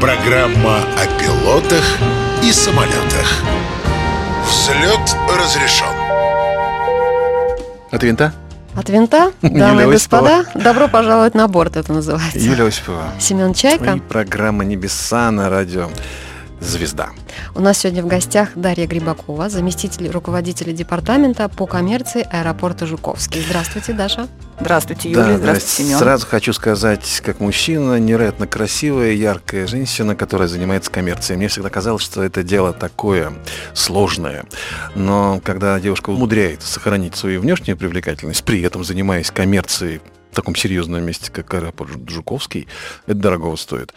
Программа о пилотах и самолетах. Взлет разрешен. От винта? От винта, дамы и Юлия господа, добро пожаловать на борт, это называется. Юлия Осипова. Семен Чайка. И программа «Небеса» на радио «Звезда». У нас сегодня в гостях Дарья Грибакова, заместитель руководителя департамента по коммерции аэропорта Жуковский. Здравствуйте, Даша. Здравствуйте, Да, Юлия. здрасте. здравствуйте, Семен. Сразу хочу сказать, как мужчина, невероятно красивая, яркая женщина, которая занимается коммерцией. Мне всегда казалось, что это дело такое сложное. Но когда девушка умудряется сохранить свою внешнюю привлекательность, при этом занимаясь коммерцией в таком серьезном месте, как аэропорт Жу- Жуковский, это дорогого стоит.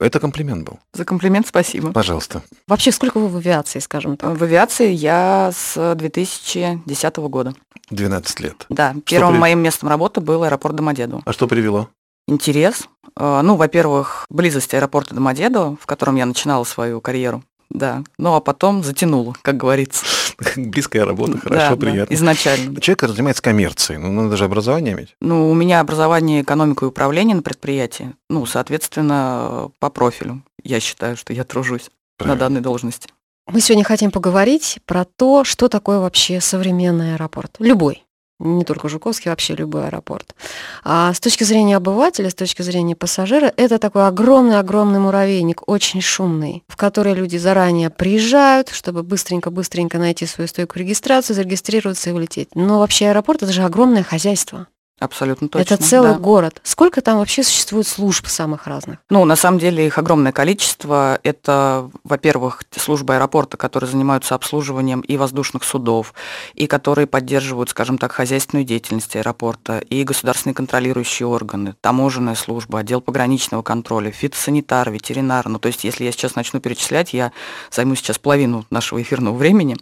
Это комплимент был. За комплимент спасибо. Пожалуйста. Вообще, сколько вы в авиации, скажем так? В авиации я с 2010 года. 12 лет. Да, первым при- моим местом работы был аэропорт Домодедово. А что привело? Интерес. э, Ну, во-первых, близость аэропорта Домодедово, в котором я начинала свою карьеру. Да. Ну, а потом затянула, как говорится. Близкая работа, Да, хорошо, да, приятно. изначально. Человек занимается коммерцией, ну, надо же образование иметь. Ну, у меня образование экономика и управление на предприятии. Ну, соответственно, э, по профилю. Я считаю, что я тружусь на данной должности. Мы сегодня хотим поговорить про то, что такое вообще современный аэропорт. Любой. Не только Жуковский, вообще любой аэропорт. А с точки зрения обывателя, с точки зрения пассажира, это такой огромный-огромный муравейник, очень шумный, в который люди заранее приезжают, чтобы быстренько-быстренько найти свою стойку регистрации, зарегистрироваться и улететь. Но вообще аэропорт – это же огромное хозяйство. Абсолютно точно. это целый да. город. Сколько там вообще существует служб самых разных? Ну, на самом деле их огромное количество. Это, во-первых, те службы аэропорта, которые занимаются обслуживанием и воздушных судов, и которые поддерживают, скажем так, хозяйственную деятельность аэропорта, и государственные контролирующие органы, таможенная служба, отдел пограничного контроля, фитосанитар, ветеринар. Ну, то есть, если я сейчас начну перечислять, я займу сейчас половину нашего эфирного времени.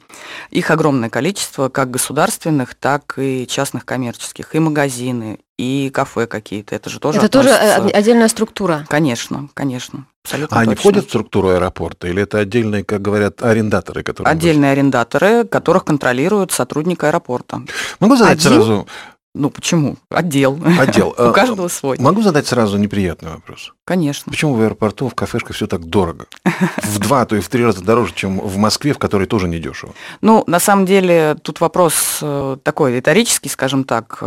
Их огромное количество, как государственных, так и частных коммерческих, и магазины, и кафе какие-то. Это же тоже это тоже э, относится- отдельная структура. Конечно, конечно. Абсолютно А они точно. входят в структуру аэропорта или это отдельные, как говорят, арендаторы, которые... Отдельные арендаторы, которых контролируют сотрудник аэропорта. Могу задать Один? сразу Ну почему? Отдел. отдел. У Э, каждого свой. Могу задать сразу неприятный вопрос. Конечно. Почему в аэропорту, в кафешках все так дорого? В два, а то и в три раза дороже, чем в Москве, в которой тоже недешево. Ну, на самом деле, тут вопрос э, такой риторический, скажем так.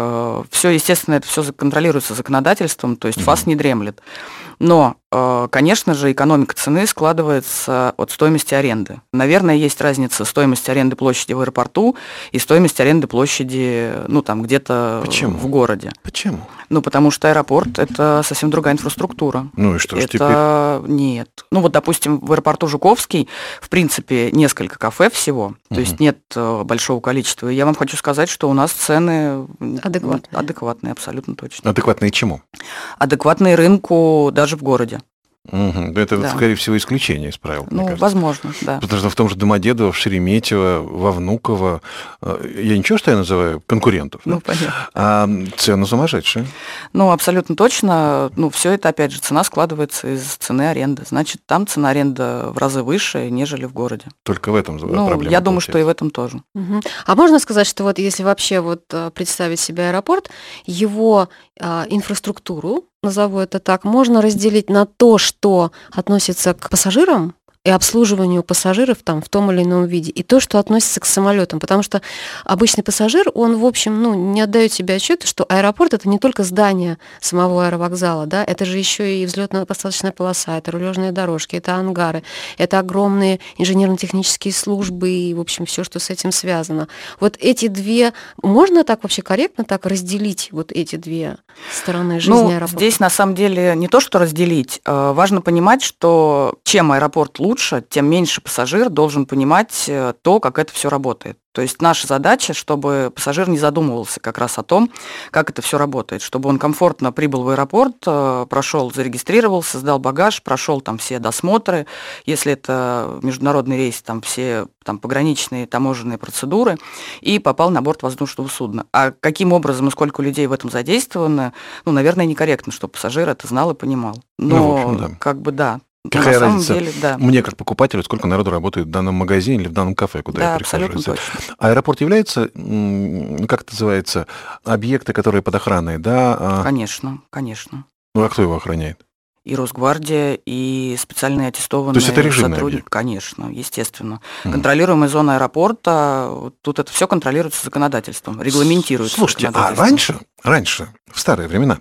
Все, естественно, это все контролируется законодательством, то есть Мгм. ФАС не дремлет. Но, э, конечно же, экономика цены складывается от стоимости аренды. Наверное, есть разница стоимость аренды площади в аэропорту и стоимость аренды площади, ну, там, где-то Почему? в городе. Почему? Ну, потому что аэропорт – это совсем другая инфраструктура. Ну и что ж теперь? это нет. Ну вот, допустим, в аэропорту Жуковский, в принципе, несколько кафе всего, то есть нет э, большого количества. И я вам хочу сказать, что у нас цены м, Адекватные. адекватные, абсолютно точно. Адекватные чему? Адекватные рынку даже в городе. Мгм. Это, Да. скорее всего, исключение из правил. мне ну, кажется. возможно, да. Потому что в том же Домодедово, в Шереметьево, во Внуково, э, я ничего, что я называю конкурентов, Ну, да? понятно. а м, цены сумасшедшие. Ну, абсолютно точно. Ну, все это, опять же, цена складывается из цены аренды. Значит, там цена аренда в разы выше, нежели в городе. Только в этом Ну, Э, проблема. я думаю, что и получается. в этом тоже. Мгм. А можно сказать, что вот если вообще вот э, представить себе аэропорт, его а, инфраструктуру, назову это так, можно разделить на то, что относится к пассажирам и обслуживанию пассажиров там в том или ином виде, и то, что относится к самолетам, потому что обычный пассажир, он, в общем, ну, не отдает себе отчета, что аэропорт это не только здание самого аэровокзала, да, это же еще и взлетно-посадочная полоса, это рулежные дорожки, это ангары, это огромные инженерно-технические службы и, в общем, все, что с этим связано. Вот эти две, можно так вообще корректно так разделить вот эти две стороны жизни ну, аэропорта? здесь на самом деле не то, что разделить. э, Важно понимать, что чем аэропорт лучше, тем меньше пассажир должен понимать э, то, как это все работает. То есть наша задача, чтобы пассажир не задумывался как раз о том, как это все работает, чтобы он комфортно прибыл в аэропорт, э, прошел, зарегистрировался, сдал багаж, прошел там все досмотры, если это международный рейс, там все там, пограничные таможенные процедуры, и попал на борт воздушного судна. А каким образом и сколько людей в этом задействовано, ну, наверное, некорректно, чтобы пассажир это знал и понимал. Но, Ну, в общем, да. как бы да. Ну, Какая на самом разница? Ну, деле, да. Мне, как покупателю, сколько народу работает в данном магазине или в данном кафе, куда да, я прихожу. абсолютно Если- точно. Аэропорт является, м, ну, как это называется, объекты, которые под охраной, да? А, Конечно, конечно. ну, а кто его охраняет? и Росгвардия, и специальные аттестованные То есть это режимный сотрудники. объект? Конечно, естественно. Мгм. Контролируемая зона аэропорта, вот тут это все контролируется законодательством, регламентируется. Слушайте, а законодательством. раньше, раньше, в старые времена,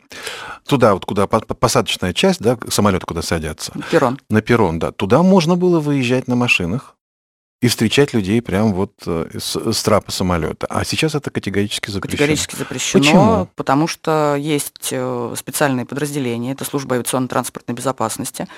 туда вот куда по- по- посадочная часть, да, самолет куда садятся, Перрон. на перрон, да, туда можно было выезжать на машинах и встречать людей прям вот э, с, с трапа самолета. А сейчас это категорически запрещено. Категорически запрещено, Почему? потому что есть э, специальные подразделения, это служба авиационно-транспортной безопасности,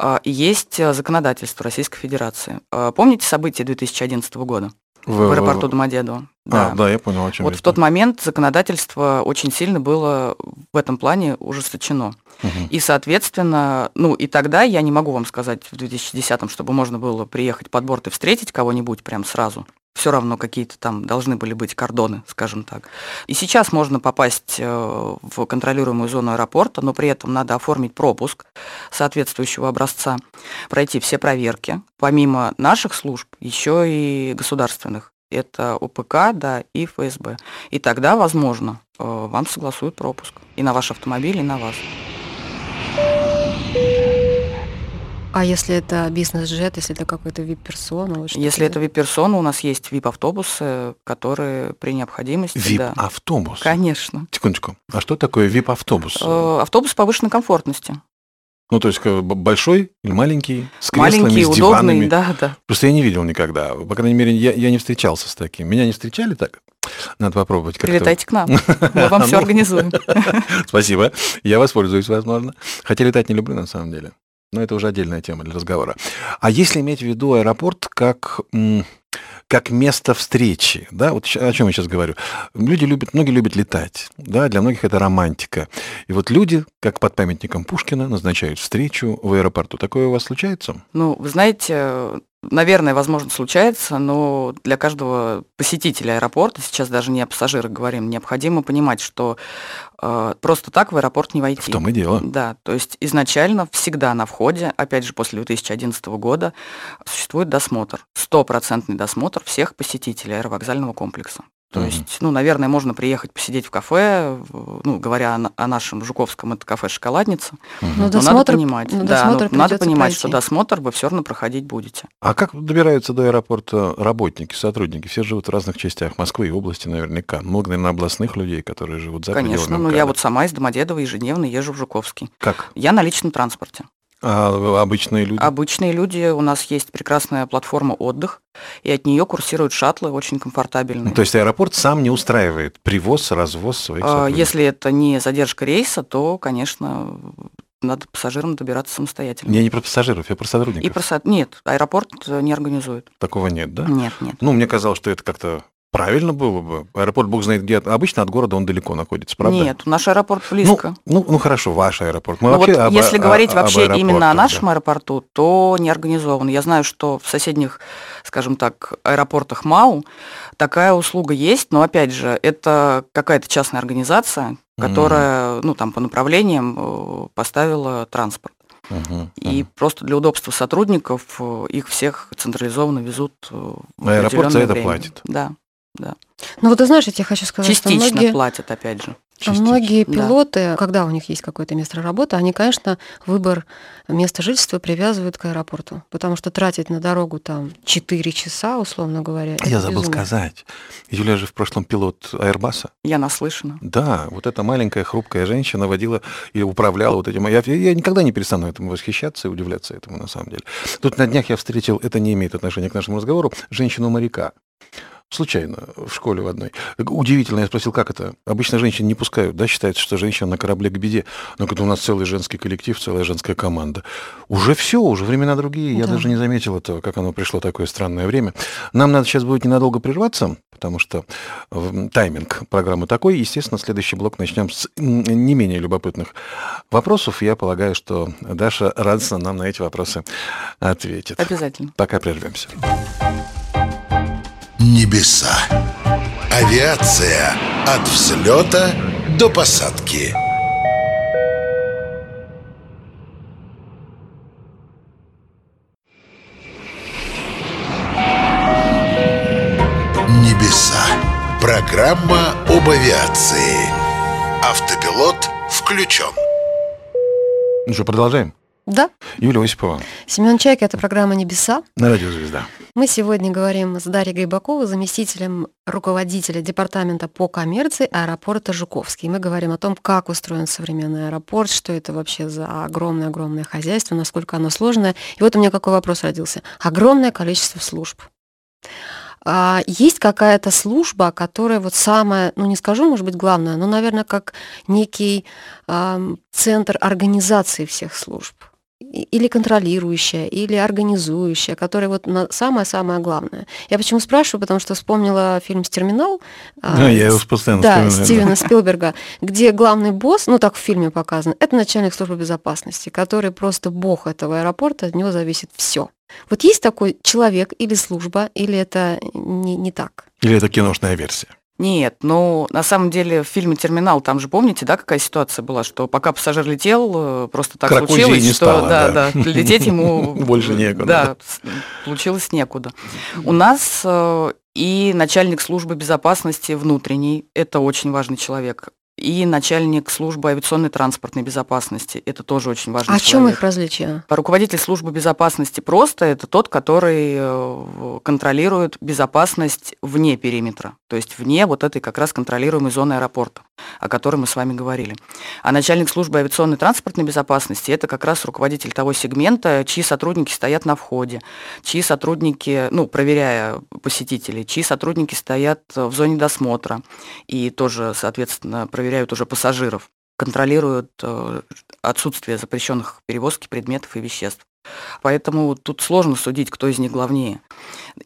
э, и есть э, законодательство Российской Федерации. Э, Помните события 2011 года В- в в- аэропорту Домодедово? А, да, я понял, о чем Вот речь. в тот момент законодательство очень сильно было в этом плане ужесточено. Мгм. И, соответственно, ну и тогда я не могу вам сказать в 2010-м, чтобы можно было приехать под борт и встретить кого-нибудь прям сразу. Все равно какие-то там должны были быть кордоны, скажем так. И сейчас можно попасть э, в контролируемую зону аэропорта, но при этом надо оформить пропуск соответствующего образца, пройти все проверки, помимо наших служб, еще и государственных. Это ОПК, да, и ФСБ. И тогда, возможно, э, вам согласуют пропуск и на ваш автомобиль, и на вас. А если это бизнес-джет, если это какой-то вип-персона? вот что-то Если это такое? вип-персона, у нас есть вип-автобусы, которые при необходимости... да. VIP-автобус. Конечно. Секундочку. А что такое VIP-автобус? Э, Автобус повышенной комфортности. Ну, то есть как бы большой или маленький, с креслами, Маленький, с удобный, диванами. да, да. Просто я не видел никогда. По крайней мере, я, я не встречался с таким. Меня не встречали так? Надо попробовать как-то. Прилетайте к нам. Мы вам все Ну. организуем. Спасибо. Я воспользуюсь, возможно. Хотя летать не люблю, на самом деле. Но это уже отдельная тема для разговора. А если иметь в виду аэропорт как, м, как место встречи, да, вот щ- о чем я сейчас говорю. Люди любят, многие любят летать, да, для многих это романтика. И вот люди, как под памятником Пушкина, назначают встречу в аэропорту. Такое у вас случается? Ну, вы знаете, наверное, возможно, случается, но для каждого посетителя аэропорта, сейчас даже не о пассажирах говорим, необходимо понимать, что э, просто так в аэропорт В не войти. том и дело. Да, то есть изначально всегда на входе, опять же после 2011 года, существует досмотр, стопроцентный досмотр всех посетителей аэровокзального комплекса. То Мгм. есть, ну, наверное, можно приехать посидеть в кафе, в- ну, говоря о, на- о нашем Жуковском, это кафе «Шоколадница». Ну, Но досмотр, надо понимать, ну, да, досмотр ну, надо придётся понимать, пройти. что досмотр вы все равно проходить будете. А как добираются до аэропорта работники, сотрудники? Все живут в разных частях Москвы и области наверняка. Много, наверное, областных людей, которые живут за Конечно, пределами но я МКАДа. вот сама из Домодедова ежедневно езжу в Жуковский. Как? Я на личном транспорте. А, обычные люди? Обычные люди, у нас есть прекрасная платформа отдых, и от нее курсируют шаттлы очень комфортабельные. Ну, То есть аэропорт сам не устраивает привоз, развоз своих А, сотрудников? Если это не задержка рейса, то, конечно, надо пассажирам добираться самостоятельно. Я не про пассажиров, я про сотрудников. И про со- Нет, аэропорт э, не организует. Такого нет, да? Нет, нет. Ну, мне казалось, что это как-то правильно было бы. Аэропорт бог знает где. Обычно от города он далеко находится, правда? Нет, наш аэропорт Ну, близко. ну, ну, хорошо, ваш аэропорт. Мы Ну, вообще вот об- если о- говорить об вообще именно о аэропортах, нашем да. аэропорту, то не организован. Я знаю, что в соседних, скажем так, аэропортах МАУ такая услуга есть, но опять же, это какая-то частная организация, Мгм. которая, ну, там, по направлениям э, поставила транспорт. Мгм, И мгм. просто для удобства сотрудников э, их всех централизованно везут э, в А аэропорт за определенное это время. платит? Да. Ну вот ты знаешь, я тебе хочу сказать, что Частично многие, платят, опять же. Частично. многие Да. пилоты, когда у них есть какое-то место работы, они, конечно, выбор места жительства привязывают к аэропорту. Потому что тратить на дорогу там 4 часа, условно говоря, это Я забыл безумие. сказать. Юлия же в прошлом пилот Аэрбаса. Я наслышана. Да, вот эта маленькая хрупкая женщина водила и управляла вот этим. Я, я никогда не перестану этому восхищаться и удивляться этому на самом деле. Тут на днях я встретил, это не имеет отношения к нашему разговору, женщину-моряка. Случайно, в школе в одной. Удивительно, я спросил, как это? Обычно женщин не пускают, да, считается, что женщина на корабле к беде. Но когда у нас целый женский коллектив, целая женская команда. Уже все, уже времена другие. Я Да. даже не заметил этого, как оно пришло такое странное время. Нам надо сейчас будет ненадолго прерваться, потому что в- тайминг программы такой. Естественно, следующий блок начнем с м, не менее любопытных вопросов. Я полагаю, что Даша радостно нам на эти вопросы ответит. Обязательно. Пока прервемся. Небеса. Авиация от взлета до посадки. Небеса. Программа об авиации. Автопилот включен. Ну что, продолжаем? Да, Юлия Осипова Семен Чайка, это программа «Небеса». на радио «Звезда». Мы сегодня говорим с Дарьей Гайбаковой, заместителем руководителя департамента по коммерции аэропорта Жуковский. Мы говорим о том, как устроен современный аэропорт, что это вообще за огромное-огромное хозяйство, насколько оно сложное. И вот у меня какой вопрос родился. Огромное количество служб. А есть какая-то служба, которая вот самая, ну не скажу, может быть, главная, но, наверное, как некий ам, центр организации всех служб и- или контролирующая, или организующая, которая вот на- самое-самое главное. Я почему спрашиваю, потому что вспомнила фильм «Терминал». а, Да, Ну, я с- его постоянно да, вспоминаю, да. Стивена Спилберга, где главный босс, ну так в фильме показано, это начальник службы безопасности, который просто бог этого аэропорта, от него зависит все. Вот есть такой человек или служба, или это не, не так? Или это киношная версия? Нет, ну на самом деле в фильме Терминал там же помните, да, какая ситуация была, что пока пассажир летел, э, просто так Кракузии случилось, не что стало, да, да. да, лететь ему Больше некуда. Да, с- получилось некуда. У нас э, и начальник службы безопасности внутренней, это очень важный человек, и начальник службы авиационной транспортной безопасности, это тоже очень важный А в человек. чем их различие? А Руководитель службы безопасности просто это тот, который э, в- контролирует безопасность вне периметра, то есть вне вот этой как раз контролируемой зоны аэропорта, о которой мы с вами говорили. А начальник службы авиационной транспортной безопасности это как раз руководитель того сегмента, чьи сотрудники стоят на входе, чьи сотрудники, ну, проверяя посетителей, чьи сотрудники стоят э, в зоне досмотра и тоже, соответственно, проверяют уже пассажиров контролируют э, отсутствие запрещенных в перевозке предметов и веществ. Поэтому тут сложно судить, кто из них главнее.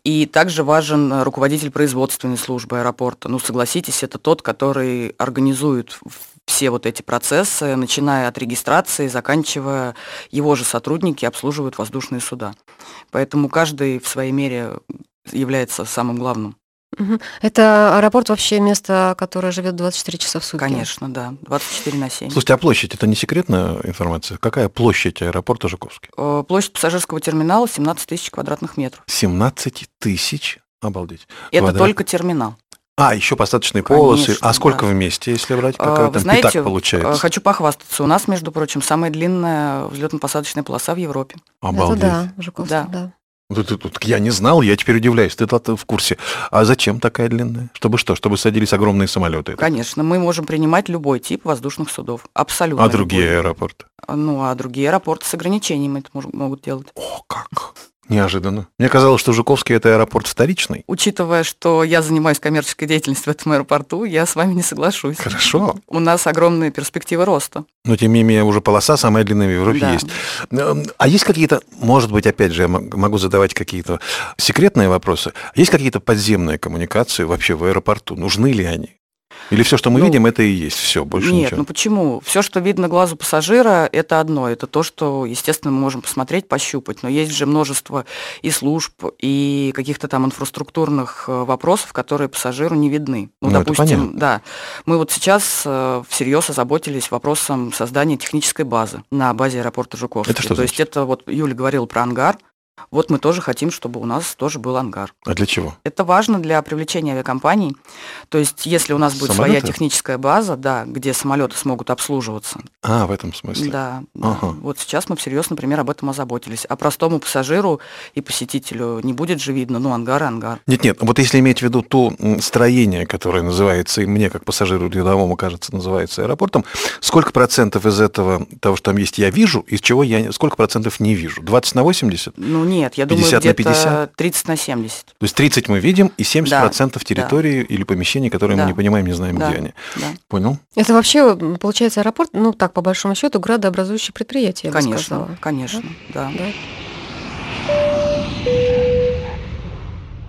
И также важен э, руководитель производственной службы аэропорта. Ну, согласитесь, это тот, который организует в- все вот эти процессы, начиная от регистрации, заканчивая его же сотрудники обслуживают воздушные суда. Поэтому каждый в своей мере является самым главным. Мгм. Это аэропорт вообще место, которое живет 24 часа в сутки? Конечно, да. 24 на 7. Слушайте, а площадь, это не секретная информация? Какая площадь аэропорта Жуковский? Э, Площадь пассажирского терминала 17 тысяч квадратных метров. 17 тысяч? Обалдеть. Это Квадрат. только терминал. А, еще посадочные Конечно, полосы. А сколько да. вместе, если брать? А, Какая вы там знаете, пятак Э, получается? Хочу похвастаться. У нас, между прочим, самая длинная взлетно-посадочная полоса в Европе. Это Обалдеть. да, Жуковский, Да. да. Вот это вот ну, я не знал, я теперь удивляюсь. Ты ты в курсе. А зачем такая длинная? Чтобы что? Чтобы садились огромные самолеты. Конечно, мы можем принимать любой тип воздушных судов. Абсолютно. А другие любой. аэропорты? Ну, а другие аэропорты с ограничениями это мож- могут делать. О, как! Неожиданно. Мне казалось, что Жуковский это аэропорт вторичный. Учитывая, что я занимаюсь коммерческой деятельностью в этом аэропорту, я с вами не соглашусь. Хорошо. У нас огромные перспективы роста. Но тем не менее уже полоса самая длинная в Европе Да. есть. Эм, А есть какие-то, может быть, опять же, я мо- могу задавать какие-то секретные вопросы. Есть какие-то подземные коммуникации вообще в аэропорту? Нужны ли они? Или все, что мы Ну, видим, это и есть все, больше Нет, ничего? ну почему? Все, что видно глазу пассажира, это одно. Это то, что, естественно, мы можем посмотреть, пощупать. Но есть же множество и служб, и каких-то там инфраструктурных э, вопросов, которые пассажиру не видны. Ну, Ну, это допустим, понятно. да. Мы вот сейчас э, всерьез озаботились вопросом создания технической базы на базе аэропорта Жуковский. Это что то есть значит? это вот Юля говорила про ангар. Вот мы тоже хотим, чтобы у нас тоже был ангар. А для чего? Это важно для привлечения авиакомпаний. То есть, если у нас будет своя Самолеты? техническая база, да, где самолеты смогут обслуживаться. А, в этом смысле. Да, да. Ага. Вот сейчас мы всерьез, например, об этом озаботились. А простому пассажиру и посетителю не будет же видно, ну, ангар, и ангар. Нет-нет, вот если иметь в виду то м, строение, которое называется, и мне, как пассажиру рядовому, кажется, называется аэропортом, сколько процентов из этого, того, что там есть, я вижу, из чего я, сколько процентов не вижу? 20 на 80? То Ну, нет, я думаю, 50 на 50? где-то 30 на 70. есть 30 мы видим, и 70% Да, территории или помещений, которые мы Да. не понимаем, не знаем, Да. где они. Да. Понял? Это вообще, м, получается, аэропорт, ну так, по большому счету, градообразующее предприятие, я бы сказала. Конечно, конечно, да. Да.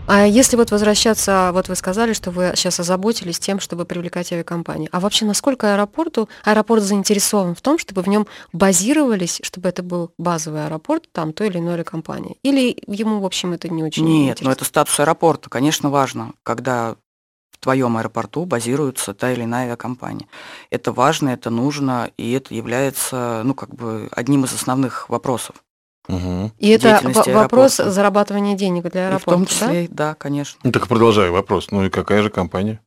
А если вот возвращаться, вот вы сказали, что вы сейчас озаботились тем, чтобы привлекать авиакомпании. А вообще, насколько аэропорту, аэропорт заинтересован в том, чтобы в нем базировались, чтобы это был базовый аэропорт там той или иной компании? Или ему, в общем, это не очень Нет, но интересно? это статус аэропорта, конечно, важно, когда в твоем аэропорту базируется та или иная авиакомпания. Это важно, это нужно, и это является, ну, как бы одним из основных вопросов. Мгм. И это деятельности во- вопрос аэропорта. зарабатывания денег для И в аэропорта, том да? числе, да, конечно. Ну так продолжаю вопрос. Ну и какая же компания?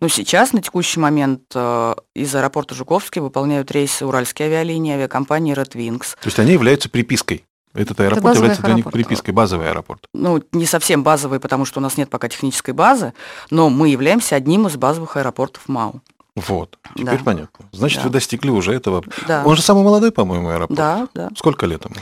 Но сейчас, на текущий момент, э, из аэропорта Жуковский выполняют рейсы Уральские авиалинии, авиакомпании Red Wings. То есть они являются припиской. Этот аэропорт базовый является для них аэропорт. припиской, базовый аэропорт. Ну, не совсем базовые, потому что у нас нет пока технической базы, но мы являемся одним из базовых аэропортов МАУ. Вот. Теперь Да. понятно. Значит, Да. вы достигли уже этого. Да. Он же самый молодой, по-моему, аэропорт. Да, да. Сколько лет ему?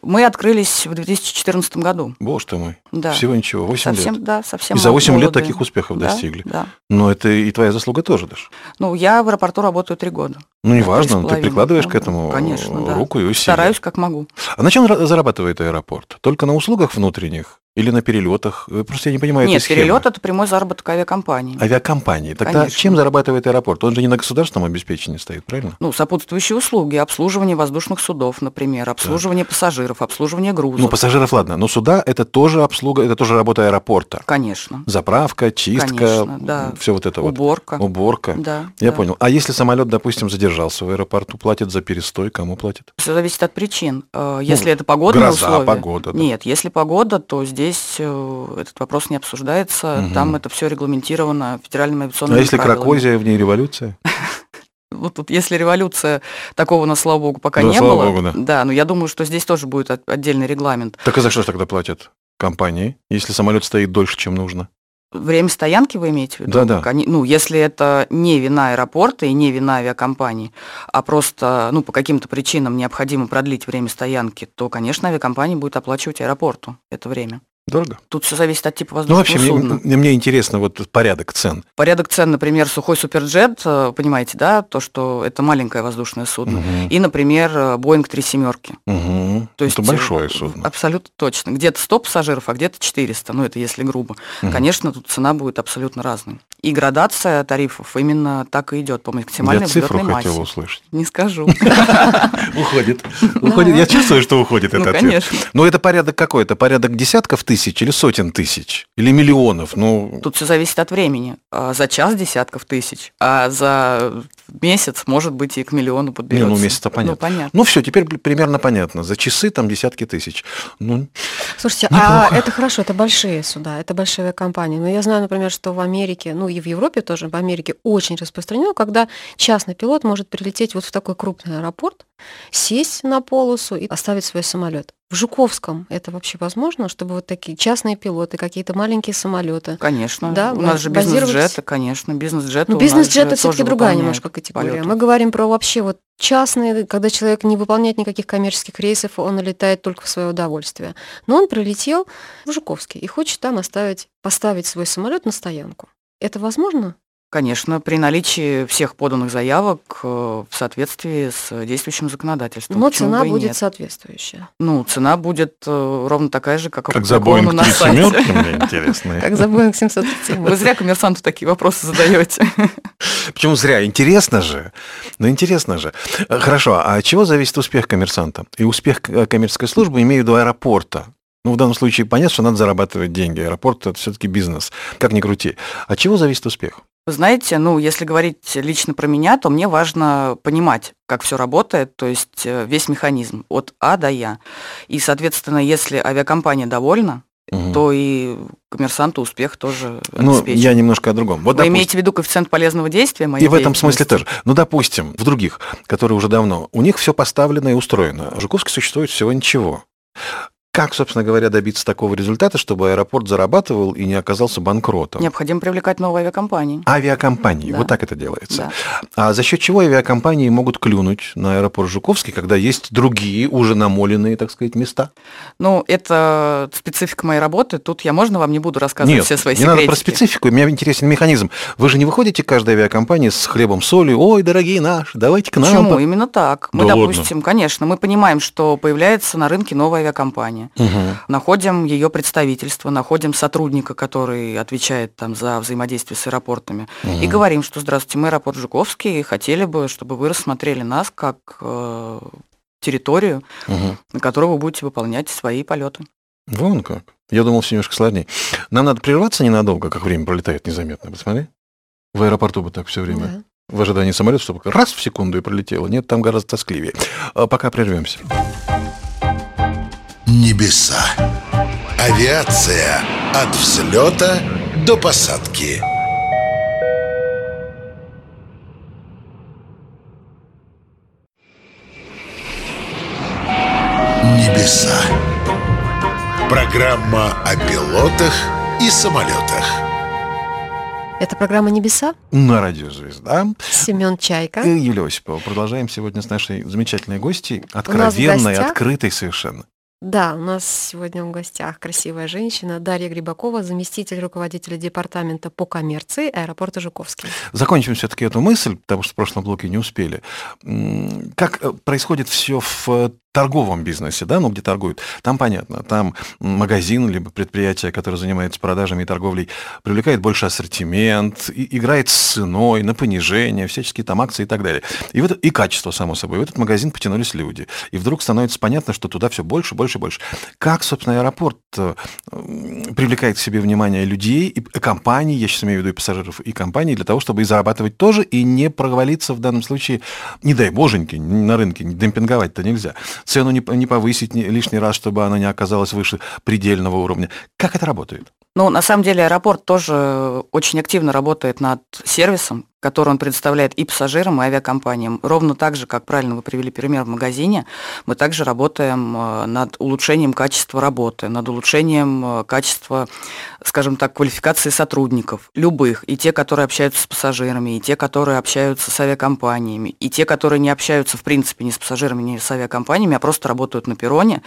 Мы открылись в 2014 году. Боже ты мой. Да. Всего ничего, 8 совсем, лет. да, совсем. И за 8 лет молодые. таких успехов Да, достигли. Да. Но это и твоя заслуга тоже, Даш. Ну, я в аэропорту работаю три года. Ну, три с неважно, но ты половиной, прикладываешь да. к этому Конечно, да. руку и усилия. Стараюсь, как могу. А на чем ра- зарабатывает аэропорт? Только на услугах внутренних или на перелетах? Э, Просто я не понимаю Нет, этой схемы. перелет это прямой заработок авиакомпании. А Авиакомпании. Тогда Конечно. чем зарабатывает аэропорт? Он же не на государственном обеспечении стоит, правильно? Ну, сопутствующие услуги, обслуживание воздушных судов, например, обслуживание пассажиров, обслуживание грузов. Ну, пассажиров, ладно, но суда это тоже обслуга, это тоже работа аэропорта. Конечно. Заправка, чистка, Конечно, да. все вот это Уборка. вот. Уборка. Да. Я да. понял. А если самолет, допустим, задержался в аэропорту, платит за перестой, кому платит? Все зависит от причин. Э, Если это погодные Ну, гроза, а условия. погода, да. Нет, если погода, то здесь э, этот вопрос не обсуждается. Мгм. Там это все регламентировано федеральным а авиационным если кракозия, в ней революция? Вот тут, если революция, такого у нас, слава богу, пока Да, не слава было. богу, да. но я думаю, что здесь тоже будет от- отдельный регламент. Так и за что же тогда платят компании, если самолет стоит дольше, чем нужно? Время стоянки вы имеете в виду? Да-да. Кони- Ну, если это не вина аэропорта и не вина авиакомпании, а просто, ну, по каким-то причинам необходимо продлить время стоянки, то, конечно, авиакомпания будет оплачивать аэропорту это время. Дорого? Тут все зависит от типа Ну, воздушного вообще, мне, судна. мне- мне интересно вот порядок цен. Порядок цен, например, сухой суперджет, э, понимаете, да, то, что это маленькое воздушное судно. Мгм. И, например, э, Боинг 3 семерки. Мгм. То есть, это большое э, судно. Абсолютно точно. Где-то 100 пассажиров, а где-то 400. Ну, это если грубо. Мгм. Конечно, тут цена будет абсолютно разной. И градация тарифов именно так и идет по максимальной Я цифру взлетной массе. хотел услышать. Не скажу. Уходит. Уходит. Я чувствую, что уходит Ну, этот ответ. конечно. Но это порядок какой? Это порядок десятков тысяч или сотен тысяч? Или миллионов? Ну, Тут все зависит от времени. А За час десятков тысяч, а за месяц, может быть, и к миллиону подберется. ну, месяц-то понятно. Ну, понятно. ну все, теперь примерно понятно. За часы там десятки тысяч. Ну, Слушайте, а Неплохо. это хорошо, это большие суда, это большие авиакомпании. Но я знаю, например, что в Америке, ну и в Европе тоже, в Америке очень распространено, когда частный пилот может прилететь вот в такой крупный аэропорт, сесть на полосу и оставить свой самолет. В Жуковском это вообще возможно, чтобы вот такие частные пилоты, какие-то маленькие самолеты. Конечно. Да, у нас же базироваться- бизнес-джеты, конечно. Бизнес-джеты Ну, у нас бизнес-джет же это все-таки тоже другая выполняют немножко категория. полеты. Мы говорим про вообще вот частные, когда человек не выполняет никаких коммерческих рейсов, он летает только в свое удовольствие. Но он прилетел в Жуковский и хочет там оставить, поставить свой самолет на стоянку. Это возможно? Конечно, при наличии всех поданных заявок э, в соответствии с действующим законодательством. Но Ну, Почему цена бы и будет нет? соответствующая. Ну, цена будет э, ровно такая же, как, как за опубликована Боинг на 3 сайте. семерки, мне интересно. Как за Boeing Вы 737. зря коммерсанту такие вопросы задаете. Почему зря? Интересно же. Ну, интересно же. Э, Хорошо, а от чего зависит успех коммерсанта? И успех э, коммерческой службы имею в виду аэропорта. Ну, в данном случае понятно, что надо зарабатывать деньги. Аэропорт – это все-таки бизнес. Как ни крути. От чего зависит успех? Вы знаете, ну, если говорить лично про меня, то мне важно понимать, как все работает, то есть э, весь механизм от А до Я. И, соответственно, если авиакомпания довольна, Мгм. то и коммерсанту успех тоже ну, обеспечен. я немножко о другом. Вот, Вы допустим, имеете в виду коэффициент полезного действия? моей И в этом смысле деятельности? тоже. Ну, допустим, в других, которые уже давно, у них все поставлено и устроено. А в Жуковске существует всего ничего. Как, собственно говоря, добиться такого результата, чтобы аэропорт зарабатывал и не оказался банкротом? Необходимо привлекать новые авиакомпании. Авиакомпании. Да. Вот так это делается. Да. А за счет чего авиакомпании могут клюнуть на аэропорт Жуковский, когда есть другие, уже намоленные, так сказать, места? Ну, это специфика моей работы. Тут я можно вам не буду рассказывать Нет, все свои не секретики? надо про специфику, меня интересен механизм. Вы же не выходите к каждой авиакомпании с хлебом солью, ой, дорогие наши, давайте к нам. Почему? по-». Именно так. Мы, Да ладно. допустим, конечно, мы понимаем, что появляется на рынке новая авиакомпания. Мгм. Находим ее представительство, находим сотрудника, который отвечает там за взаимодействие с аэропортами. И Мгм. говорим, что здравствуйте, мы аэропорт Жуковский, и хотели бы, чтобы вы рассмотрели нас как э, территорию, Мгм. на которой вы будете выполнять свои полеты. Вон как. Я думал, все немножко сложнее. Нам надо прерваться ненадолго, как время пролетает незаметно. Посмотри. В аэропорту бы так все время. Да. В ожидании самолета, чтобы раз в секунду и пролетело. Нет, там гораздо тоскливее. А Пока прервемся. Небеса. Авиация от взлета до посадки. «Лиса». Программа о пилотах и самолетах. Это программа «Небеса». На радио «Звезда». Семен Чайка. И Э. Юлия Осипова. Продолжаем сегодня с нашей замечательной гостьей. нас в Откровенной, гостях- открытой совершенно. Да, у нас сегодня в гостях красивая женщина Дарья Грибакова, заместитель руководителя департамента по коммерции аэропорта Жуковский. Закончим все-таки эту мысль, потому что в прошлом блоке не успели. М, Как э, происходит все в э, торговом бизнесе, да, ну где торгуют, там понятно, там м, магазин, либо предприятие, которое занимается продажами и торговлей, привлекает больше ассортимент, и- играет с ценой, на понижение, всяческие там акции и так далее. И, в это, и качество, само собой. В этот магазин потянулись люди. И вдруг становится понятно, что туда все больше, больше, больше. Как, собственно, аэропорт э, м, привлекает к себе внимание людей и п- компаний, я сейчас имею в виду и пассажиров, и компаний, для того, чтобы и зарабатывать тоже, и не провалиться в данном случае, не дай боженьки, н- на рынке, не демпинговать-то нельзя. Цену не, п- не повысить ни- лишний раз, чтобы она не оказалась выше предельного уровня. Как это работает? Ну, на самом деле аэропорт тоже очень активно работает над сервисом, который он предоставляет и пассажирам, и авиакомпаниям. Ровно так же, как правильно вы привели пример в магазине, мы также работаем э, над улучшением качества работы, над улучшением э, качества, скажем так, квалификации сотрудников, любых, и те, которые общаются с пассажирами, и те, которые общаются с авиакомпаниями, и те, которые не общаются, в принципе, ни с пассажирами, ни с авиакомпаниями, а просто работают на перроне,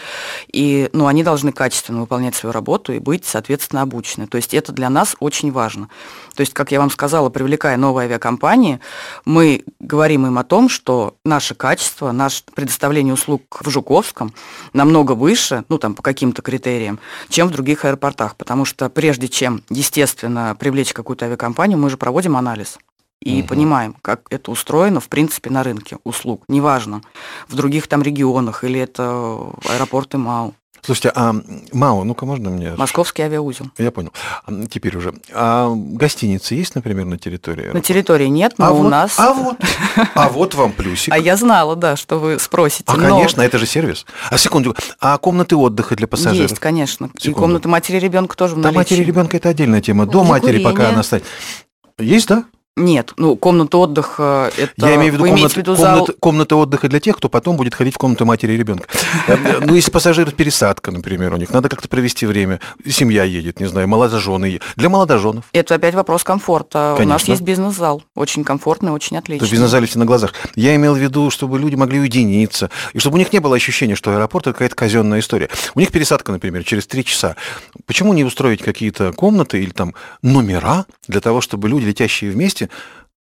и ну, они должны качественно выполнять свою работу и быть, соответственно, обучены. То есть это для нас очень важно. То есть, как я вам сказала, привлекая новые авиакомпании, мы говорим им о том, что наше качество, наше предоставление услуг в Жуковском намного выше, ну там по каким-то критериям, чем в других аэропортах. Потому что прежде чем, естественно, привлечь какую-то авиакомпанию, мы же проводим анализ. И Мгм. понимаем, как это устроено, в принципе, на рынке услуг. Неважно, в других там регионах или это аэропорты МАУ. Слушайте, а м, Мао, ну-ка можно мне... Московский авиаузел. Я понял. М, Теперь уже. А гостиницы есть, например, на территории? На территории нет, но а у вот, нас... А вот, а вот вам плюсик. А я знала, да, что вы спросите. А, но конечно, это же сервис. А секунду, а комнаты отдыха для пассажиров? Есть, конечно. И Секунду. комната матери ребенка тоже в До наличии. матери ребенка это отдельная тема. До Для матери, пока курения. она станет. Есть, да? Нет, ну комната отдыха это. Я имею в виду, вы имеете комнат- в виду зал. комнат- комната отдыха для тех, кто потом будет ходить в комнату матери и ребенка. Ну, если пассажир пересадка, например, у них, надо как-то провести время. Семья едет, не знаю, молодожены едут. Для молодоженов. Это опять вопрос комфорта. У нас Конечно. есть бизнес-зал, очень комфортный, очень То отличный. есть бизнес-зале все на глазах. Я имел в виду, чтобы люди могли уединиться, и чтобы у них не было ощущения, что аэропорт – это какая-то казенная история. У них пересадка, например, через три часа. Почему не устроить какие-то комнаты или там номера для того, чтобы люди, летящие вместе,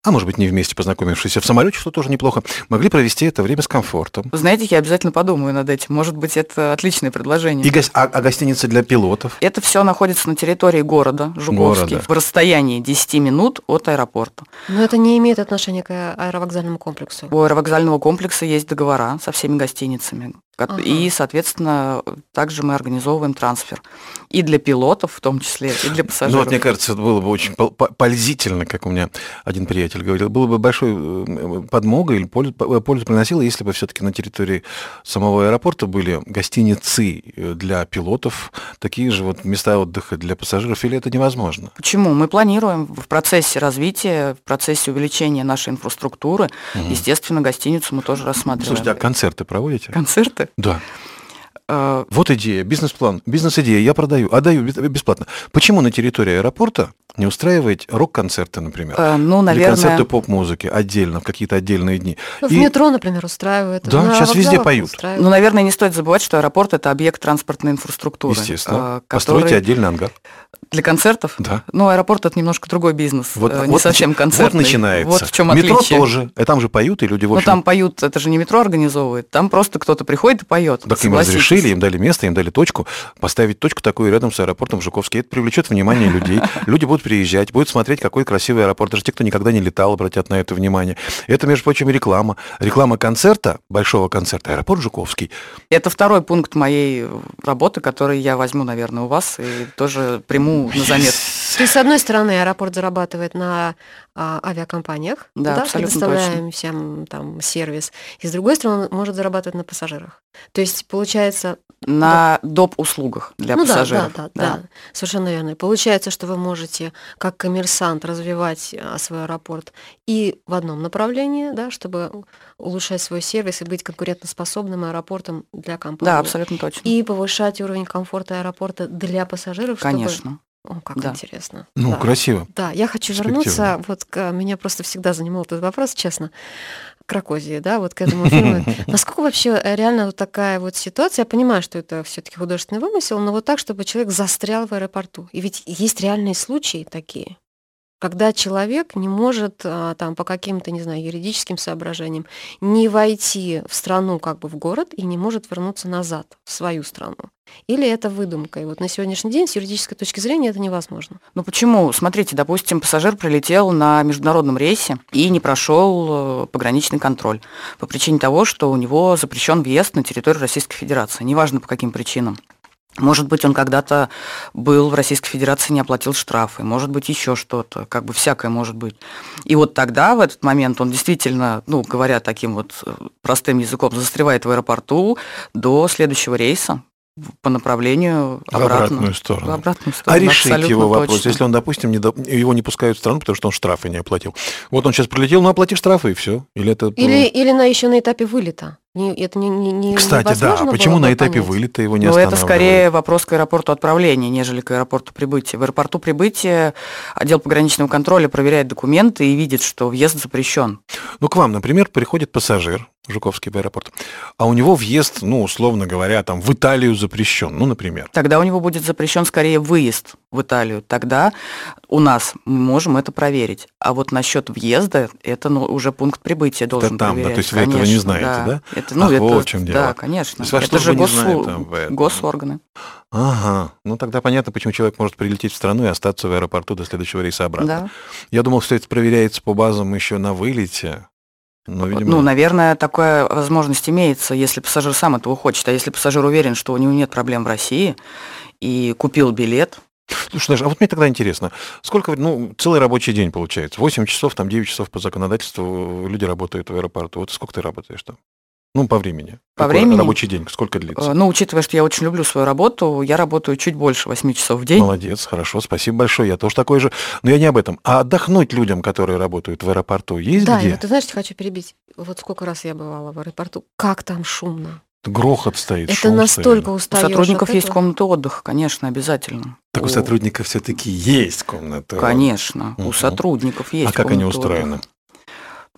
а может быть не вместе познакомившиеся в самолете, что тоже неплохо, могли провести это время с комфортом. Вы знаете, я обязательно подумаю над этим. Может быть, это отличное предложение. И гос- а, а гостиница для пилотов? Это все находится на территории города Жуковский Города. в расстоянии 10 минут от аэропорта. Но это не имеет отношения к аэ- аэровокзальному комплексу. У аэровокзального комплекса есть договора со всеми гостиницами. Кот- Ага. И, соответственно, также мы организовываем трансфер. И для пилотов в том числе, и для Ну вот, пассажиров. мне кажется, это было бы очень пол- по- пользительно, как у меня один приятель говорил, было бы большой э, подмогой или пользу, по- пользу приносило, если бы все-таки на территории самого аэропорта были гостиницы э, для пилотов, такие же вот места отдыха для пассажиров, или это невозможно? Ну, Почему? Мы планируем в процессе развития, в процессе увеличения нашей инфраструктуры, Мгм. естественно, гостиницу мы тоже рассматриваем. Слушайте, а концерты проводите? Концерты? Да. Э, Вот идея, бизнес-план, бизнес-идея, я продаю, отдаю бес- э, бесплатно. Почему на территории аэропорта не устраивать рок-концерты, например? э, Ну, Или наверное, концерты поп-музыки отдельно, в какие-то отдельные дни. Ну, В И- метро, например, устраивают. Да, на щас везде вокзалах поют. устраивают. ну, наверное, не стоит забывать, что аэропорт это объект транспортной инфраструктуры. Естественно. э, Постройте который отдельный ангар. Для концертов? Да. Ну, аэропорт это немножко другой бизнес. Вот- э, не вот совсем начи- концертный. Вот начинается. Вот в чем Метро отличие. тоже. И там же поют, и люди, в Ну общем... там поют, это же не метро организовывает, там просто кто-то приходит и поет. так им согласитесь. разрешили, им дали место, им дали точку. Поставить точку такую рядом с аэропортом Жуковский. Это привлечет внимание людей. Люди будут приезжать, будут смотреть, какой красивый аэропорт. Даже те, кто никогда не летал, обратят на это внимание. Это, между прочим, реклама. Реклама концерта, большого концерта, аэропорт Жуковский. Это второй пункт моей работы, который я возьму, наверное, у вас и тоже приму на заметку. То есть, с одной стороны, аэропорт зарабатывает на а, авиакомпаниях, Да, абсолютно предоставляем всем там сервис, и с другой стороны, он может зарабатывать на пассажирах. То есть, получается, на доп. услугах для ну пассажиров. Да, да, да, да, совершенно верно. И Получается, что вы можете как коммерсант развивать а, свой аэропорт и в одном направлении, да, чтобы улучшать свой сервис и быть конкурентоспособным аэропортом для компании. Да, абсолютно точно. И повышать уровень комфорта аэропорта для пассажиров, чтобы- Конечно. О, как Да. интересно. Ну, Да. красиво. Да, я хочу Перспективно. вернуться, вот к- меня просто всегда занимал этот вопрос, честно, к Ракозии, да, вот к этому фильму. Насколько вообще э, реально вот такая вот ситуация, я понимаю, что это все таки художественный вымысел, но вот так, чтобы человек застрял в аэропорту. И ведь есть реальные случаи такие, когда человек не может а, там по каким-то, не знаю, юридическим соображениям не войти в страну, как бы в город, и не может вернуться назад, в свою страну. Или это выдумка. И вот на сегодняшний день с юридической точки зрения это невозможно. Ну почему? Смотрите, допустим, пассажир прилетел на международном рейсе и не прошел э, пограничный контроль по причине того, что у него запрещен въезд на территорию Российской Федерации, неважно по каким причинам. Может быть, он когда-то был в Российской Федерации, не оплатил штрафы, может быть, еще что-то, как бы всякое может быть. И вот тогда, в этот момент, он действительно, ну, говоря таким вот э, простым языком, застревает в аэропорту до следующего рейса в- по направлению В обратно. обратную сторону. В обратную сторону, А решить абсолютно его вопрос, точно. если он, допустим, не доп- его не пускают в страну, потому что он штрафы не оплатил. Вот он сейчас прилетел, ну оплати штрафы и все. Или это... Или, или на еще на этапе вылета. Не- это не, не, не- Ну. Кстати, да, невозможно а было почему бы на этапе понять? вылета его не Но Ну, это останавливают? скорее вопрос к аэропорту отправления, нежели к аэропорту прибытия. В аэропорту прибытия отдел пограничного контроля проверяет документы и видит, что въезд запрещен. Ну, к вам, например, приходит пассажир, Жуковский аэропорт, а у него въезд, ну, условно говоря, там, в Италию запрещен, ну, например. Тогда у него будет запрещен скорее выезд в Италию. Тогда у нас мы можем это проверить. А вот насчет въезда, это ну, уже пункт прибытия там, должен да, проверять. то есть вы этого не Конечно, знаете, да? Это, ну, Ах, это, вот в чем дело. Да, конечно. То есть ваша А, это же служба не госу- знает об этом. госорганы. Ага, ну, тогда понятно, почему человек может прилететь в страну и остаться в аэропорту до следующего рейса обратно. Да. Я думал, что это проверяется по базам еще на вылете, но, видимо... Ну, наверное, такая возможность имеется, если пассажир сам этого хочет. А если пассажир уверен, что у него нет проблем в России и купил билет, Слушай, Даша, а вот мне тогда интересно, сколько, ну, целый рабочий день получается, 8 часов, там 9 часов по законодательству э, люди работают в аэропорту. Вот сколько ты работаешь там? Ну, по времени. По Какой времени? Рабочий день, сколько э, длится? ну, учитывая, что я очень люблю свою работу, я работаю чуть больше 8 часов в день. Молодец, хорошо, спасибо большое, я тоже такой же. Но я не об этом. А отдохнуть людям, которые работают в аэропорту, есть Да, где? я, ты знаешь, что хочу перебить. Вот сколько раз я бывала в аэропорту, как там шумно. Грохот стоит, это шум настолько стоит. У устаешь. от сотрудников есть этого. комната отдыха, конечно, обязательно. Так у сотрудников все-таки есть комната. Конечно, у Мгм. сотрудников есть. А как они комната устроены? отдыха.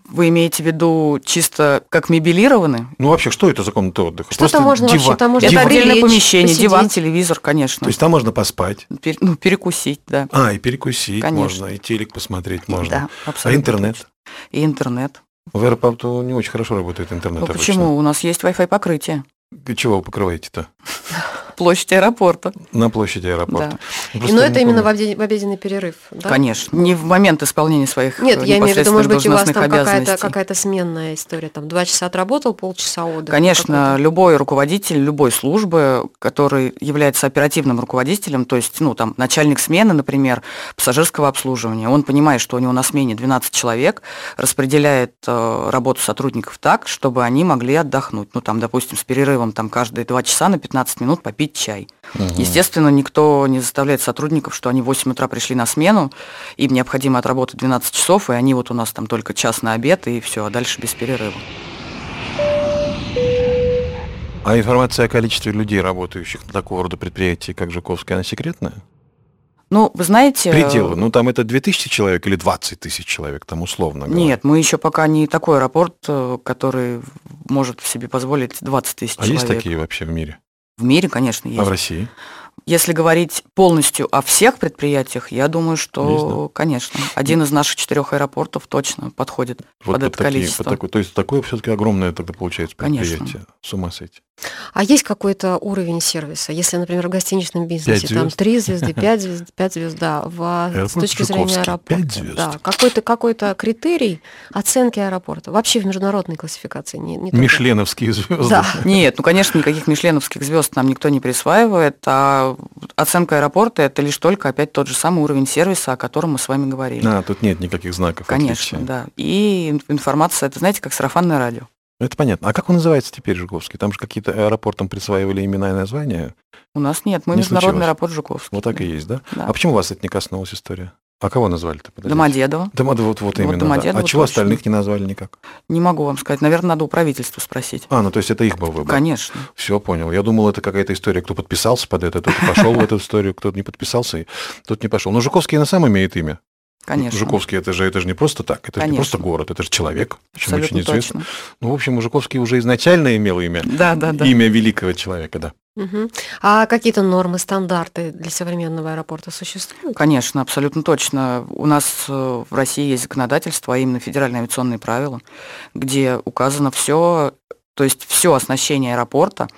Вы имеете в виду чисто как мебелированы? Ну, вообще, что это за комната отдыха? Что там можно диван. вообще? Там можно Это Диван. прилечь, отдельное помещение, посидеть. диван, телевизор, конечно. То есть там можно поспать, Пер- ну, перекусить, да. а, и перекусить Конечно. можно, и телек посмотреть можно. Да, А абсолютно. интернет? И интернет. В аэропорту не очень хорошо работает интернет Ну обычно. почему? У нас есть Wi-Fi покрытие. Для Чего вы покрываете-то? Площадь аэропорта. На площади Да. ну, аэропорта. Ну, И, Просто Но я это не именно в понимаю. обе- в обеденный перерыв, да? Конечно. Не в момент исполнения своих Нет, э, я имею в виду, непосредственных может быть, у вас должностных там какая-то обязанностей. какая сменная история. Там два часа отработал, полчаса отдыха. Конечно, какой-то. любой руководитель любой службы, который является оперативным руководителем, то есть, ну, там, начальник смены, например, пассажирского обслуживания, он понимает, что у него на смене 12 человек, распределяет э, работу сотрудников так, чтобы они могли отдохнуть. Ну, там, допустим, с перерывом там каждые 2 часа на 15 минут попить чай. Мгм. Естественно, никто не заставляет сотрудников, что они в 8 утра пришли на смену, им необходимо отработать 12 часов, и они вот у нас там только час на обед, и все, а дальше без перерыва. А информация о количестве людей, работающих на такого рода предприятии, как Жуковская, она секретная? Ну, вы знаете... э, Пределы. Ну, там это 2000 человек или 20 тысяч человек, там условно говоря. э, Нет, мы еще пока не такой аэропорт, э, который может себе позволить 20 тысяч А человек. есть такие вообще в мире? В мире, конечно, есть. А в России? Если говорить полностью о всех предприятиях, я думаю, что, конечно, один из наших четырех аэропортов точно подходит под это такие, количество. под такой- то есть такое все-таки огромное тогда получается Конечно. предприятие. С ума сойти. А есть какой-то уровень сервиса? Если, например, в гостиничном бизнесе Пять там звезд? три звезды, пять звезд, пять звезд, да, в- с Аэропорт точки зрения Жуковский, аэропорта. пять звезд. Да, какой-то какой критерий оценки аэропорта. Вообще в международной классификации. Не, не только- Мишленовские звезды. Да. Нет, ну, конечно, никаких мишленовских звезд нам никто не присваивает, а оценка аэропорта – это лишь только опять тот же самый уровень сервиса, о котором мы с вами говорили. А, тут нет никаких знаков. отличия. Конечно, да. И ин- информация, это, знаете, как сарафанное радио. Это понятно. А как он называется теперь, Жуковский? Там же какие-то аэропортам присваивали имена и названия. У нас нет, мы Не международный случилось. аэропорт Жуковский. Вот так и есть, да? Да. А почему вас это не коснулась история? А кого назвали-то? Подождите. Домодедово. Домод- вот, вот Вот именно. да. Домодедово А чего точно. остальных не назвали никак? Не могу вам сказать. Наверное, надо у правительства спросить. А, ну то есть это их был выбор. Конечно. Все, понял. Я думал, это какая-то история, кто подписался под это, тот и пошел в эту историю, кто не подписался, и тот не пошел. Но Жуковский на самом имеет имя. Конечно. Жуковский это же, это же не просто так, это же не Конечно. просто город, это же человек. Почему очень Абсолютно известно. точно. Ну, в общем, Жуковский уже изначально имел имя. Да, да, да. Имя великого человека, да. Мгм. А какие-то нормы, стандарты для современного аэропорта существуют? Конечно, абсолютно точно. У нас э, в России есть законодательство, а именно федеральные авиационные правила, где указано все, то есть все оснащение аэропорта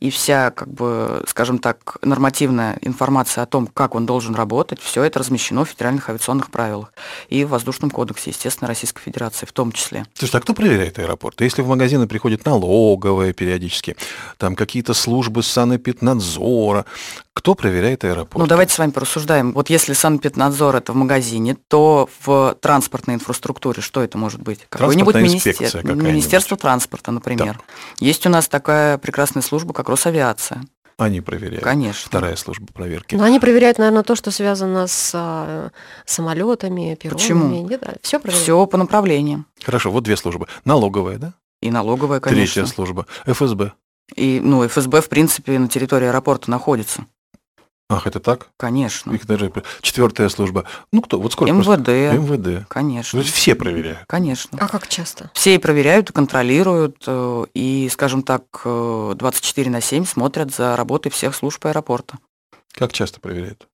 и вся, как бы, скажем так, нормативная информация о том, как он должен работать, все это размещено в федеральных авиационных правилах и в Воздушном кодексе, естественно, Российской Федерации в том числе. Слушай, а кто проверяет аэропорт? Если в магазины приходит налоговая периодически, там какие-то службы санэпиднадзора, кто проверяет аэропорт? Ну, давайте с вами порассуждаем. Вот если санпеднадзор это в магазине, то в транспортной инфраструктуре что это может быть? Какое-нибудь Транспортная министер- инспекция какая-нибудь. министерство транспорта, например. Есть у нас такая прекрасная служба, как Росавиация. Они проверяют. Конечно. Э, Вторая служба проверки. Ну, они проверяют, наверное, то, что связано с а, самолетами, перронами. Почему? Все проверяют. Все по направлениям. Хорошо, вот две службы. Налоговая, да? И налоговая, конечно. Третья служба. ФСБ. И, ну, ФСБ, в принципе, на территории аэропорта находится. Ах, это так? Конечно. Их даже... Четвертая служба. Ну, кто? Вот сколько? просто- МВД. МВД. Ну, То Конечно. есть все проверяют. Конечно. А как часто? Все и проверяют, и контролируют, э, и, скажем так, э, 24 на 7 смотрят за работой всех служб аэропорта. Как часто проверяют?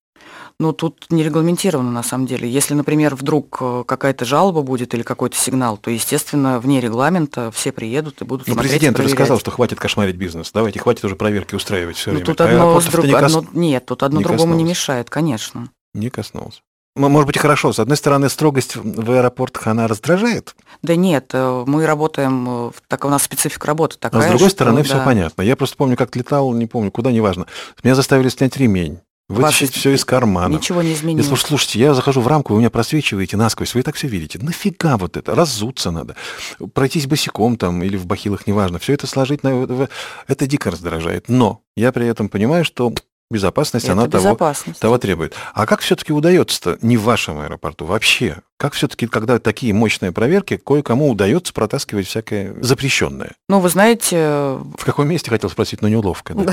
Ну, тут не регламентировано, на самом деле. Если, например, вдруг э, какая-то жалоба будет или какой-то сигнал, то, естественно, вне регламента все приедут и будут Ну, смотреть и президент же проверять. сказал, что хватит кошмарить бизнес. Давайте, хватит уже проверки устраивать все Ну, время. тут одно, с Аэропортов-то друг- не, кос- одно- Нет, тут одно не другому не коснулось. мешает, конечно. не коснулся. Ну, может быть, хорошо. С одной стороны, строгость в в аэропортах, она раздражает, Да нет, э, мы работаем, э, в- так у нас специфика работы а такая. с другой что, стороны, все да. понятно. Я просто помню, как летал, не помню, куда, неважно. Меня заставили снять ремень, Ваши- вытащить все из кармана. Ничего не Я изменилось. слушаю, слушайте, я захожу в рамку, вы меня просвечиваете насквозь, вы и так все видите. Нафига вот это? Разуться надо. Пройтись босиком там или в бахилах, неважно. Все это сложить, на... в- это дико раздражает. Но я при этом понимаю, что безопасность, Это она того, безопасность. того требует. А как все-таки удается-то не в вашем аэропорту вообще? Как все-таки, когда такие мощные проверки, кое-кому удается протаскивать всякое запрещенное? Ну, вы знаете, э, В каком месте, хотел спросить, но неловко. да? Да.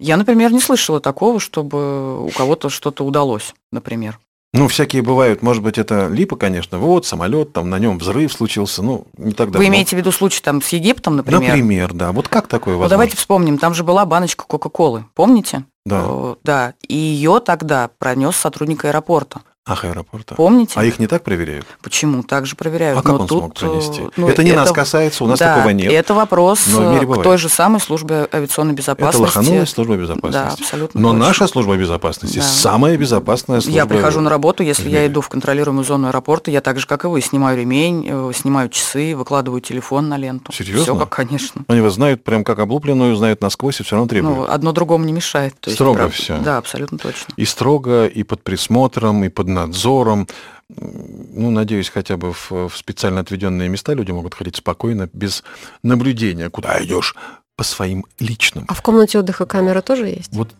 я, например, не слышала такого, чтобы у кого-то что-то удалось, например. Ну, всякие бывают. Может быть, это липа, конечно. Вот, самолет, там на нем взрыв случился. Ну, не так давно. Ну, Вы имеете в виду случай там с Египтом, например? Например, да. Вот как такое Ну, возможно? давайте вспомним, там же была баночка Кока-Колы, помните? Да. Э, да. И ее тогда пронес сотрудник аэропорта. Ах, аэропорта. Помните? А их не так проверяют? Почему? Так же проверяют. А как Но он Э, ну, тут, смог пронести? э, ну, это не нас касается, у нас да, такого нет. Это вопрос Но в мире э, к бывает. той же самой службе авиационной Это безопасности. лоханулась служба да, безопасности. абсолютно. Но точно. наша служба безопасности Да. самая безопасная служба. Я прихожу на работу, если в я мире. иду в контролируемую зону аэропорта, я так же, как и вы, снимаю ремень, э, снимаю часы, выкладываю телефон на ленту. Все Серьезно? как, конечно. Они вас знают прям как облупленную, знают насквозь и все равно требуют. Ну, одно другому не мешает. То есть Строго прав- всё. Да, абсолютно точно. И строго, и под присмотром, и под надзором. М, Ну, надеюсь, хотя бы в, в специально отведенные места люди могут ходить спокойно, без наблюдения, куда идешь, по своим личным. А в комнате отдыха камера тоже есть? Вот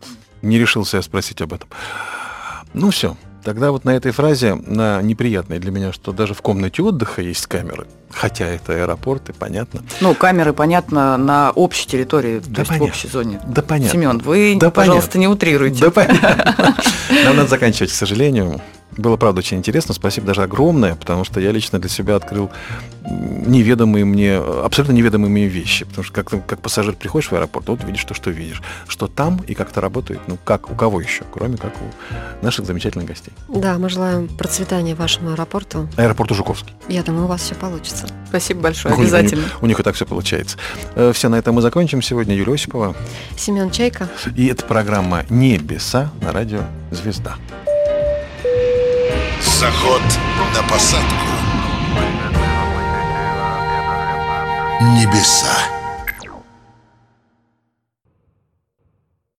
не решился я спросить об этом. Ну все, тогда вот на этой фразе, на неприятной для меня, что даже в комнате отдыха есть камеры, хотя это аэропорт, и понятно. Ну, камеры, понятно, на общей территории, то Да есть в понятно. общей зоне. Да понятно. Семен, вы, Да пожалуйста, понятно. не утрируйте. Да понятно. Нам надо заканчивать, к сожалению. Было, правда, очень интересно. Спасибо даже огромное, потому что я лично для себя открыл м, неведомые мне, э, абсолютно неведомые мне вещи. Потому что как, ты- как пассажир приходишь в аэропорт, вот видишь то, что видишь. Что там и как это работает, ну как, у кого еще, кроме как у наших замечательных гостей. Да, мы желаем процветания вашему аэропорту. Аэропорту Жуковский. Я думаю, у вас все получится. Спасибо большое, Ну, хоть бы не- обязательно. У них и так все получается. Все, на этом мы закончим сегодня. Юлия Осипова. Семен Чайка. И это программа «Небеса» на радио «Звезда». Заход на посадку. Небеса